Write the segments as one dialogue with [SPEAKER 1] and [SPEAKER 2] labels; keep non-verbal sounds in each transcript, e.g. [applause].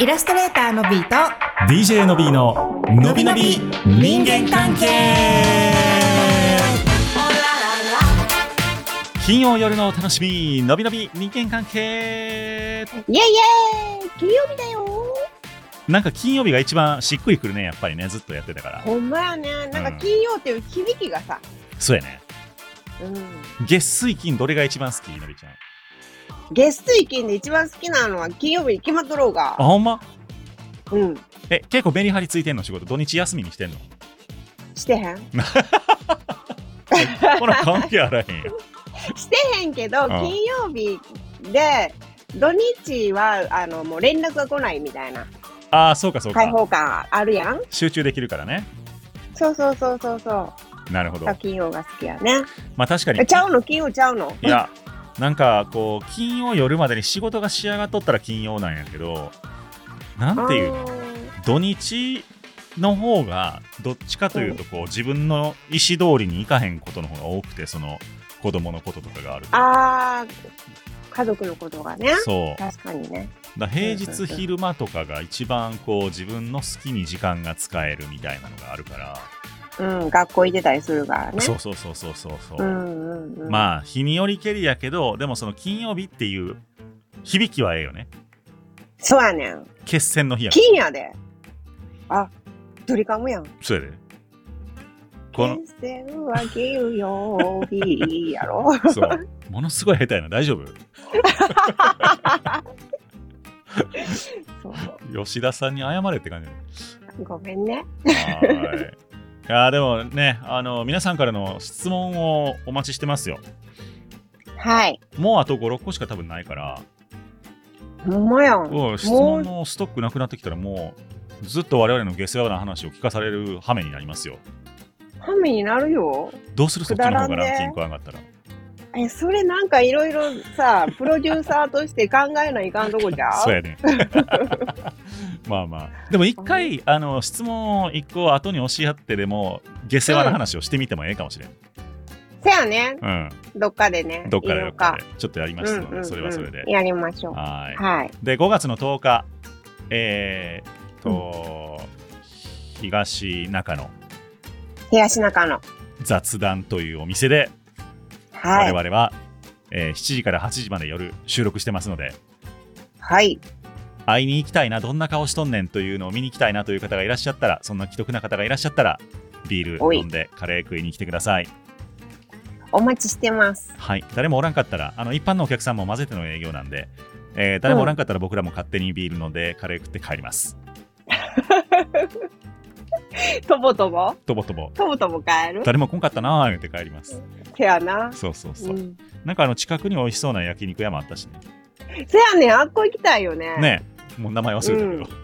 [SPEAKER 1] イラストレーターのビーと
[SPEAKER 2] DJ のびーののびのび人間関係金曜夜のお楽しみのびのび人間関係
[SPEAKER 3] イエイイエイ金曜日だよ
[SPEAKER 2] なんか金曜日が一番しっくりくるねやっぱりねずっとやってたから
[SPEAKER 3] ほんまやね。なんか金曜っていう響きがさ、
[SPEAKER 2] そうやね
[SPEAKER 3] うん、
[SPEAKER 2] 月水金どれが一番好きのびちゃん
[SPEAKER 3] 月水金で一番好きなのは金曜日に決まっとろうが
[SPEAKER 2] あ。ほんま
[SPEAKER 3] うん。
[SPEAKER 2] え結構メリハリついてんの仕事土日休みにして
[SPEAKER 3] [laughs]
[SPEAKER 2] んの
[SPEAKER 3] してへん
[SPEAKER 2] ほら関係あらへんよ
[SPEAKER 3] してへんけど、
[SPEAKER 2] ん
[SPEAKER 3] 金曜日で、土日は、あの、もう連絡が来ないみたいな
[SPEAKER 2] ああそうかそう
[SPEAKER 3] 開
[SPEAKER 2] か
[SPEAKER 3] 放感あるやん。
[SPEAKER 2] 集中できるからね
[SPEAKER 3] そうそうそうそうそう。
[SPEAKER 2] なるほど
[SPEAKER 3] さ金曜が好きやね。
[SPEAKER 2] まあ確かに
[SPEAKER 3] えちゃうの金曜ちゃうの
[SPEAKER 2] いや、なんかこう、金曜夜までに仕事が仕上がっとったら金曜なんやけど、なんていう
[SPEAKER 3] あ
[SPEAKER 2] の、
[SPEAKER 3] ー
[SPEAKER 2] 土日の方が、どっちかというと、こう、自分の意思通りにいかへんことの方が多くて、その、子供のこととかがあると。
[SPEAKER 3] あー家族のことがね。
[SPEAKER 2] そう。
[SPEAKER 3] 確かにね。
[SPEAKER 2] だ平
[SPEAKER 3] うんう
[SPEAKER 2] 日
[SPEAKER 3] んうん
[SPEAKER 2] 昼間とかが一番こう自分の好きに時間が使えるみたいなのがあるから、
[SPEAKER 3] うん、学校行ってたりするからね。
[SPEAKER 2] そうそうそうそうそうそうう、
[SPEAKER 3] んうんうん。
[SPEAKER 2] まあ日によりけりやけどでもその金曜日っていう響きはええよね
[SPEAKER 3] そうやねん。
[SPEAKER 2] 決戦の日やから
[SPEAKER 3] 金やで。あ、ドリカムやん。
[SPEAKER 2] そうやで。この
[SPEAKER 3] 金、銭は金曜日や
[SPEAKER 2] [laughs]
[SPEAKER 3] ろ。
[SPEAKER 2] そう。ものすごい下手やな。大丈夫
[SPEAKER 3] そう
[SPEAKER 2] 吉田さんに謝れって感じ。
[SPEAKER 3] ごめんね。
[SPEAKER 2] はーい。いやーでもね、あの、皆さんからの質問をお待ちしてますよ。
[SPEAKER 3] はい。
[SPEAKER 2] もうあと5、6個しか多分ないから、
[SPEAKER 3] ほんまやん。
[SPEAKER 2] もう質問のストックなくなってきたらもう、ずっと我々の下世話な話を聞かされる羽目になりますよ。
[SPEAKER 3] ハメになるよ。
[SPEAKER 2] どうするそっちの方が
[SPEAKER 3] くだらんね
[SPEAKER 2] ランキング上がったら。
[SPEAKER 3] え、それなんかいろいろさ、プロデューサーとして考えないかんとこじゃ
[SPEAKER 2] そう
[SPEAKER 3] う
[SPEAKER 2] やね。 [laughs] まあまあ。でも一回、あの、質問を一個後に教え合ってでも、下世話な話をしてみてもええかもしれん。
[SPEAKER 3] せやね。
[SPEAKER 2] うん。
[SPEAKER 3] どっかでね。
[SPEAKER 2] どっかで
[SPEAKER 3] いい
[SPEAKER 2] ど
[SPEAKER 3] の
[SPEAKER 2] っかでちょっとやりますの
[SPEAKER 3] うんうんう
[SPEAKER 2] で、
[SPEAKER 3] ん
[SPEAKER 2] それはそれで。
[SPEAKER 3] やりましょう。
[SPEAKER 2] はい
[SPEAKER 3] はい。
[SPEAKER 2] で、5月の10日、えーっと、東中野
[SPEAKER 3] 東中野。
[SPEAKER 2] 雑談というお店で、
[SPEAKER 3] はい。
[SPEAKER 2] 我々は、えー7時から8時まで夜収録してますので、
[SPEAKER 3] はい。
[SPEAKER 2] 会いに行きたいな、どんな顔しとんねんというのを見に行きたいなという方がいらっしゃったら、そんな既得な方がいらっしゃったら、ビー
[SPEAKER 3] お
[SPEAKER 2] ル
[SPEAKER 3] い
[SPEAKER 2] 飲んでカレー食いに来てください。
[SPEAKER 3] お待ちし
[SPEAKER 2] [laughs]
[SPEAKER 3] てます。
[SPEAKER 2] はい、誰もおらんかったら、あの一般のお客さんも混ぜての営業なんで、えー誰もおらんかったら僕らも勝手にビール飲んでカレー食って帰ります。
[SPEAKER 3] とぼとぼ
[SPEAKER 2] とぼとぼ。
[SPEAKER 3] とぼとぼ帰る
[SPEAKER 2] 誰も来んかったなー言って帰ります。
[SPEAKER 3] せやな。
[SPEAKER 2] そうそうそうう。
[SPEAKER 3] ん。
[SPEAKER 2] なんかあの近くに美味しそうな焼肉屋もあったしね。
[SPEAKER 3] せやねん、あっこ行きたいよね。。
[SPEAKER 2] ねえもう名前忘れたけど。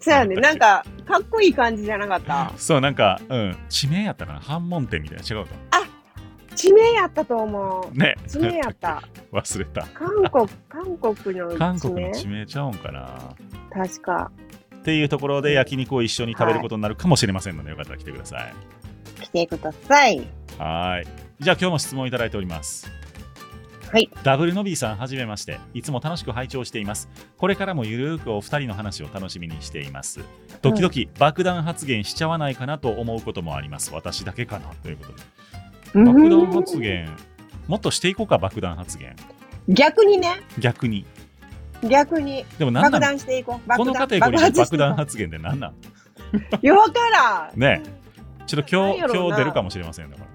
[SPEAKER 3] せやねん、なんか、かっこいい感じじゃなかった。
[SPEAKER 2] そう、なんか、うん、地名やったかな。半門店みたいな。違うか。
[SPEAKER 3] 地名やったと思
[SPEAKER 2] ね
[SPEAKER 3] う。地名やった。
[SPEAKER 2] [laughs] 忘れた。
[SPEAKER 3] 韓国、韓国の地名
[SPEAKER 2] 韓国の地名ちゃうんかな。
[SPEAKER 3] 確か。
[SPEAKER 2] っていうところで焼肉を一緒に食べることになるかもしれませんので、よかったら来てください。
[SPEAKER 3] 来てください。
[SPEAKER 2] はーい。じゃあ今日も質問いただいております。
[SPEAKER 3] はい。
[SPEAKER 2] ダブルノビーさん、はじめまして。いつも楽しく拝聴しています。これからもゆるーくお二人の話を楽しみにしています。時々爆弾発言しちゃわないかなと思うこともあります。私だけかなということで。爆弾発言、もっとしていこうか、爆弾発言。
[SPEAKER 3] 逆にね、
[SPEAKER 2] 逆に。
[SPEAKER 3] 逆に。
[SPEAKER 2] でもなんな
[SPEAKER 3] 爆
[SPEAKER 2] ん
[SPEAKER 3] 弾していこう。爆弾
[SPEAKER 2] このカテゴリーで爆弾
[SPEAKER 3] 発
[SPEAKER 2] 発言って何なん
[SPEAKER 3] していこう。よからん。
[SPEAKER 2] ねちょっと今
[SPEAKER 3] なんやろ
[SPEAKER 2] 日
[SPEAKER 3] うな
[SPEAKER 2] 今日出るかもしれませんだから。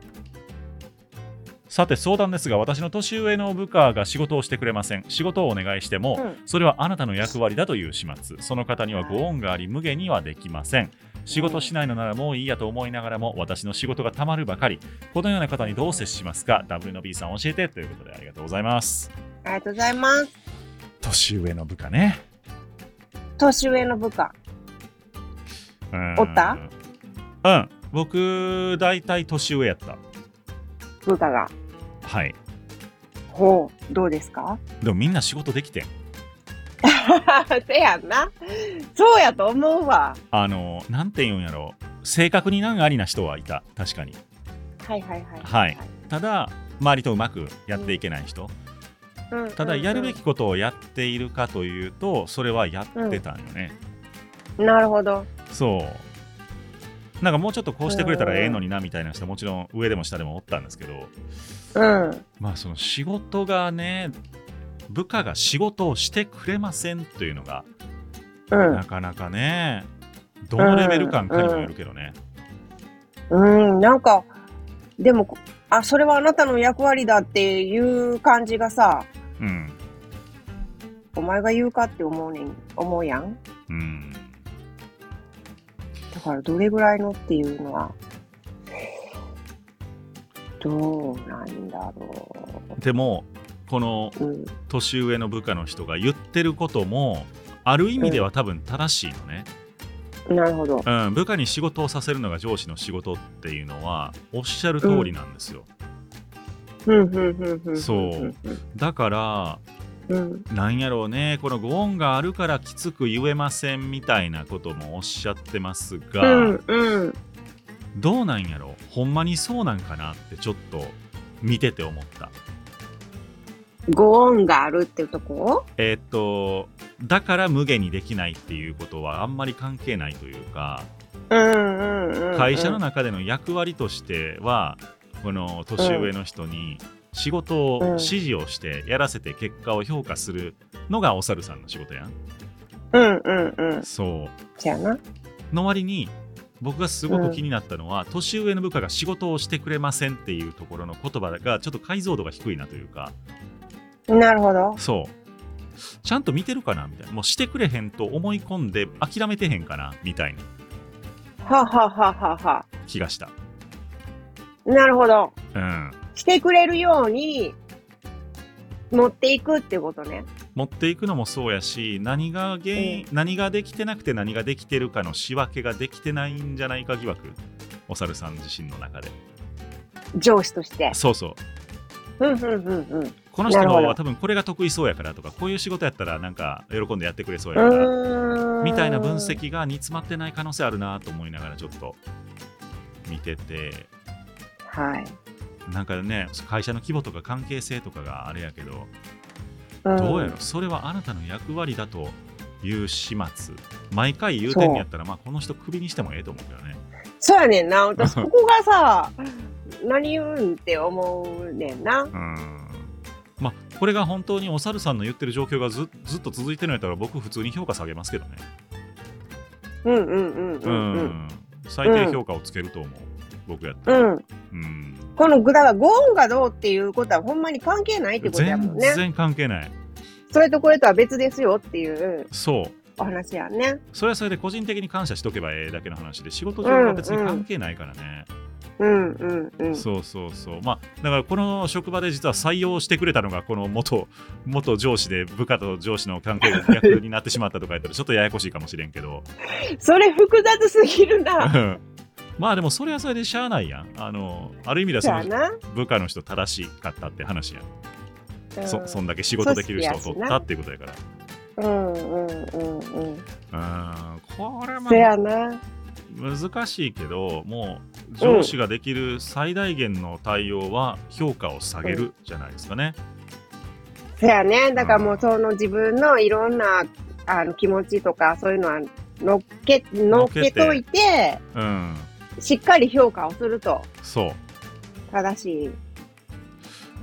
[SPEAKER 2] さて相談ですが私の年上の部下が仕事をしてくれません仕事をお願いしても、
[SPEAKER 3] うん
[SPEAKER 2] それはあなたの役割だという始末その方にはご恩があり無限にはできません仕事しないのならもういいやと思いながらも私の仕事がたまるばかりこのような方にどう接しますか W の B さん教えてということでありがとうございます
[SPEAKER 3] ありがとうございます。
[SPEAKER 2] 年上の部下ね
[SPEAKER 3] 年上の部下。
[SPEAKER 2] うん
[SPEAKER 3] おった
[SPEAKER 2] うん僕大体年上やった
[SPEAKER 3] 部下が。
[SPEAKER 2] はい
[SPEAKER 3] ほう。どうですか [laughs]
[SPEAKER 2] でもみんな仕事できてん
[SPEAKER 3] せやんな。そうやと思うわ。
[SPEAKER 2] あの、なんて言うんやろ正確に難ありな人はいた、確かに。
[SPEAKER 3] はいはいは
[SPEAKER 2] は
[SPEAKER 3] い。
[SPEAKER 2] いただ、周りとうまくやっていけない人。
[SPEAKER 3] うん
[SPEAKER 2] ただやるべきことをやっているかというとそれはやってたんよね、
[SPEAKER 3] うんなるほど
[SPEAKER 2] そうなんかもうちょっとこうしてくれたらええのになみたいな人もちろん上でも下でもおったんですけど
[SPEAKER 3] うん
[SPEAKER 2] まあその仕事がね部下が仕事をしてくれませんというのが
[SPEAKER 3] うん
[SPEAKER 2] なかなかねどのレベル感かにもよるけどね、
[SPEAKER 3] うんなんかでもあそれはあなたの役割だっていう感じがさ
[SPEAKER 2] うん
[SPEAKER 3] お前が言うかって思うねん思うやん
[SPEAKER 2] うん、
[SPEAKER 3] だからどれぐらいのっていうのはどうなんだろ
[SPEAKER 2] でもこの
[SPEAKER 3] う、うん、
[SPEAKER 2] 年上の部下の人が言ってることもある意味では多分正しいのね、
[SPEAKER 3] なるほど
[SPEAKER 2] うん部下に仕事をさせるのが上司の仕事っていうのはおっしゃる通りなんですよ、
[SPEAKER 3] うんうんうんうん
[SPEAKER 2] そうだから
[SPEAKER 3] うん
[SPEAKER 2] なんやろうねこのご恩があるからきつく言えませんみたいなこともおっしゃってます
[SPEAKER 3] う
[SPEAKER 2] が、
[SPEAKER 3] んうん
[SPEAKER 2] どうなんやろほんまにそうなんかなってちょっと見てて思った
[SPEAKER 3] ご恩があるってとこ
[SPEAKER 2] えーっとだから無限にできないっていうことはあんまり関係ないというか
[SPEAKER 3] うんうんうん
[SPEAKER 2] 会社の中での役割としてはこの年上の人に仕事を指示をしてやらせて結果を評価するのがお猿さんの仕事やん。
[SPEAKER 3] うんうんうん
[SPEAKER 2] そ
[SPEAKER 3] じゃあな
[SPEAKER 2] うの割に僕がすごく気になったのは、年上の部下が仕事をしてくれませんっていうところの言葉がちょっと解像度が低いなというか
[SPEAKER 3] なるほど
[SPEAKER 2] そうちゃんと見てるかなみたいなもうしてくれへんと思い込んで諦めてへんかなみたいな
[SPEAKER 3] ははははは
[SPEAKER 2] 気がした。
[SPEAKER 3] なるほど
[SPEAKER 2] うん
[SPEAKER 3] してくれるように持っていくってことね
[SPEAKER 2] 持っていくのもそうやし何が原因、何ができてなくて何ができてるかの仕分けができてないんじゃないか疑惑お猿さん自身の中で
[SPEAKER 3] 上司として
[SPEAKER 2] そうそう
[SPEAKER 3] うんうんうんうん
[SPEAKER 2] この人の方
[SPEAKER 3] なるほ
[SPEAKER 2] は
[SPEAKER 3] ど
[SPEAKER 2] 多分これが得意そうやからとかこういう仕事やったらなんか喜んでやってくれそう
[SPEAKER 3] う
[SPEAKER 2] やから
[SPEAKER 3] ーん
[SPEAKER 2] みたいな分析が煮詰まってない可能性あるなと思いながらちょっと見てて
[SPEAKER 3] はい
[SPEAKER 2] なんかね会社の規模とか関係性とかがあれやけど
[SPEAKER 3] ん
[SPEAKER 2] どうやろそれはあなたの役割だという始末毎回言うてんやったらまあこの人クビにしてもええと思うけどね
[SPEAKER 3] そうやねんな。私、ここがさ、何言うんって思うねんな。
[SPEAKER 2] うんまあこれが本当にお猿さんの言ってる状況がずずっと続いてるんやったら僕普通に評価下げますけどね
[SPEAKER 3] うんうんうん
[SPEAKER 2] う
[SPEAKER 3] う
[SPEAKER 2] ん
[SPEAKER 3] うん。
[SPEAKER 2] ん最低評価をつけると思う僕やった
[SPEAKER 3] う
[SPEAKER 2] ら
[SPEAKER 3] ん、
[SPEAKER 2] うん
[SPEAKER 3] このだからゴーンがどうっていうことはほんまに関係ないってことやも
[SPEAKER 2] 全
[SPEAKER 3] んね。
[SPEAKER 2] 然関係ない
[SPEAKER 3] それとこれとは別ですよっていう
[SPEAKER 2] そう
[SPEAKER 3] お話やね。
[SPEAKER 2] それはそれで個人的に感謝しとけばええだけの話で仕事上は別に関係ないからね、
[SPEAKER 3] うんうんうん。
[SPEAKER 2] そうそうそう、まあ、だからこの職場で実は採用してくれたのが、この元元上司で部下と上司の関係が逆になってしまったとか言ったら、ちょっとややこしいかもしれんけ
[SPEAKER 3] [laughs]
[SPEAKER 2] ど、
[SPEAKER 3] それ複雑すぎる
[SPEAKER 2] う
[SPEAKER 3] な。
[SPEAKER 2] んまあでもそれはそれでしゃあないやん。あのある意味で
[SPEAKER 3] じゃ
[SPEAKER 2] は [laughs]
[SPEAKER 3] あ
[SPEAKER 2] その
[SPEAKER 3] な。
[SPEAKER 2] 部下の人正しかったって話やん。
[SPEAKER 3] うん
[SPEAKER 2] そそんだけ仕事できる人を取ったっていうことやから。
[SPEAKER 3] うんうんうんうん。
[SPEAKER 2] うんこれも
[SPEAKER 3] せやな。
[SPEAKER 2] 難しいけど、もう上司ができる最大限の対応は評価を下げるじゃないですかね。
[SPEAKER 3] せやね。だからもうその自分のいろんなあの気持ちとかそういうのは乗っけ、乗っけといて、
[SPEAKER 2] うん、
[SPEAKER 3] しっかり評価をすると
[SPEAKER 2] そう
[SPEAKER 3] 正しい。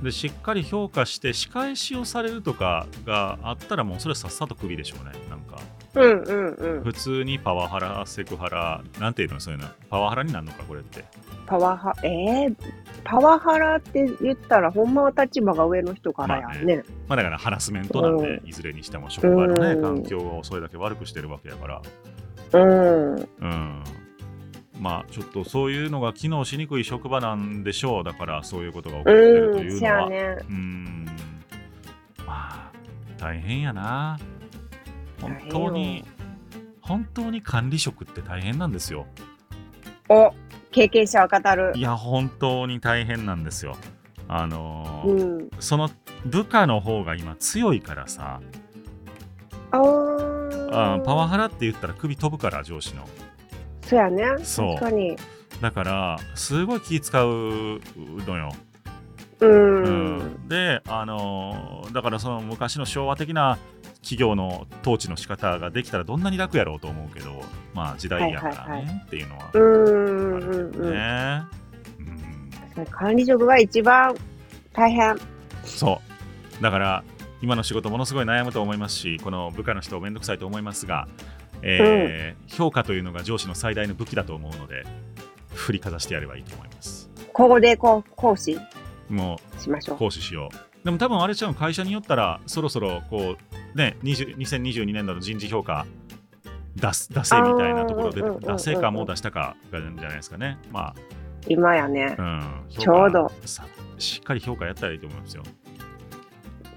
[SPEAKER 2] でしっかり評価して仕返しをされるとかがあったらもうそれはさっさとクビでしょうねなんか
[SPEAKER 3] うんうんうん。
[SPEAKER 2] 普通にパワハラセクハラなんていうのそういうのパワハラになるのかこれって
[SPEAKER 3] パワハ、えー、パワハラって言ったら、ほんまは立場が上の人からやんね。
[SPEAKER 2] まあだからハラスメントなんで、
[SPEAKER 3] う
[SPEAKER 2] いずれにしても職場のね、
[SPEAKER 3] うん
[SPEAKER 2] 環境をそれだけ悪くしてるわけだから
[SPEAKER 3] うん。
[SPEAKER 2] うんまあちょっとそういうのが機能しにくい職場なんでしょうだからそういうことが起こってると
[SPEAKER 3] う
[SPEAKER 2] い
[SPEAKER 3] ん。
[SPEAKER 2] う
[SPEAKER 3] せ
[SPEAKER 2] のは
[SPEAKER 3] やね。
[SPEAKER 2] うんまあ大変やな本当
[SPEAKER 3] 大変
[SPEAKER 2] に
[SPEAKER 3] よ
[SPEAKER 2] 本当に管理職って大変なんですよ
[SPEAKER 3] お、経験者は語る
[SPEAKER 2] い。や本当に大変なんですよあのー
[SPEAKER 3] うん。
[SPEAKER 2] その部下の方が今強いからさ
[SPEAKER 3] あ
[SPEAKER 2] あ
[SPEAKER 3] ー
[SPEAKER 2] ーパワハラって言ったら首飛ぶから上司の
[SPEAKER 3] そうやね。
[SPEAKER 2] そう
[SPEAKER 3] 確かに。
[SPEAKER 2] だからすごい気使うのよ
[SPEAKER 3] うん。
[SPEAKER 2] うんであのーだからその昔の昭和的な企業の統治の仕方ができたらどんなに楽やろうと思うけどまあ時代やからね、
[SPEAKER 3] はいはい
[SPEAKER 2] っていうのは
[SPEAKER 3] う
[SPEAKER 2] あ
[SPEAKER 3] ん。う
[SPEAKER 2] るけど
[SPEAKER 3] ん。うん。
[SPEAKER 2] ね、うん、
[SPEAKER 3] 管理職が一番大変。
[SPEAKER 2] そうだから今の仕事ものすごい悩むと思いますしこの部下の人面倒くさいと思いますが、えー評価というのが上司の最大の武器だと思うので振りかざしてやればいいと思います
[SPEAKER 3] ここでこう、講師
[SPEAKER 2] もう
[SPEAKER 3] しましょう。
[SPEAKER 2] 行使しよう。でも多分あれちゃう会社によったらそろそろこうね20 2022年度の人事評価出す出せみたいなところで
[SPEAKER 3] あーうんうんうんうん
[SPEAKER 2] 出せかもう出したかがじゃないですかね。ま
[SPEAKER 3] 今やね。
[SPEAKER 2] あ、うん、
[SPEAKER 3] ちょうど
[SPEAKER 2] 評価さしっかり評価やったらいいと思いますよ。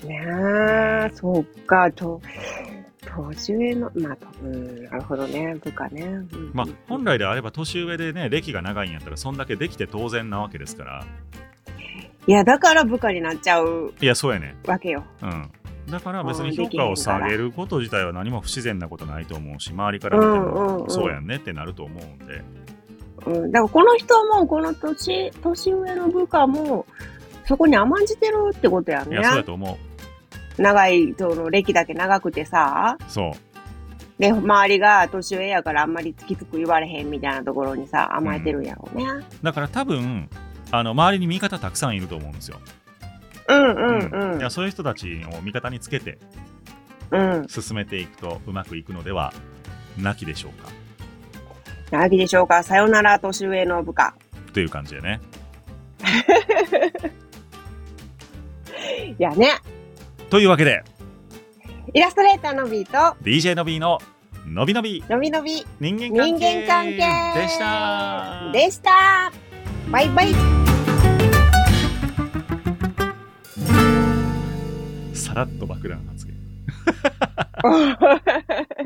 [SPEAKER 3] ねえ、そっか、と、年上の、まあ、とうん、なるほどね、部下ね。うん
[SPEAKER 2] まあ本来であれば年上でね歴が長いんやったらそんだけできて当然なわけですから
[SPEAKER 3] いや、だから部下になっちゃう
[SPEAKER 2] いやそうやね
[SPEAKER 3] わけよ。
[SPEAKER 2] うん。だから別
[SPEAKER 3] う
[SPEAKER 2] に
[SPEAKER 3] ん
[SPEAKER 2] 評価を下げること自体は何も不自然なことないと思うし周りから見て
[SPEAKER 3] うんうんう
[SPEAKER 2] も
[SPEAKER 3] ん
[SPEAKER 2] そうやんねってなると思うんで
[SPEAKER 3] うん、だからこの人も、この年、年上の部下も、そこに甘んじてるってことや
[SPEAKER 2] い
[SPEAKER 3] ね
[SPEAKER 2] や。そうやと思う
[SPEAKER 3] 長い、その歴だけ長くてさ、
[SPEAKER 2] そう
[SPEAKER 3] で、周りが年上やからあんまりつきつく言われへんみたいなところにさ、甘えてるんやろうね。
[SPEAKER 2] だから多分あの周りに味方たくさんいると思うんですよ。
[SPEAKER 3] うんうんう
[SPEAKER 2] うん
[SPEAKER 3] ん
[SPEAKER 2] いや。そういう人たちを味方につけて
[SPEAKER 3] うん。
[SPEAKER 2] 進めていくとうまくいくのではなきでしょうか
[SPEAKER 3] なぎでしょうか。さよなら、年上の部下。
[SPEAKER 2] という感じでね。
[SPEAKER 3] いやね。
[SPEAKER 2] というわけで
[SPEAKER 3] イラストレーターのビー
[SPEAKER 2] DJ の B ののびのび
[SPEAKER 3] ト、のびのび
[SPEAKER 2] 人間関
[SPEAKER 3] 人
[SPEAKER 2] 係
[SPEAKER 3] 間関係
[SPEAKER 2] でした。
[SPEAKER 3] でした。バイバイ。
[SPEAKER 2] さらっと爆弾発言。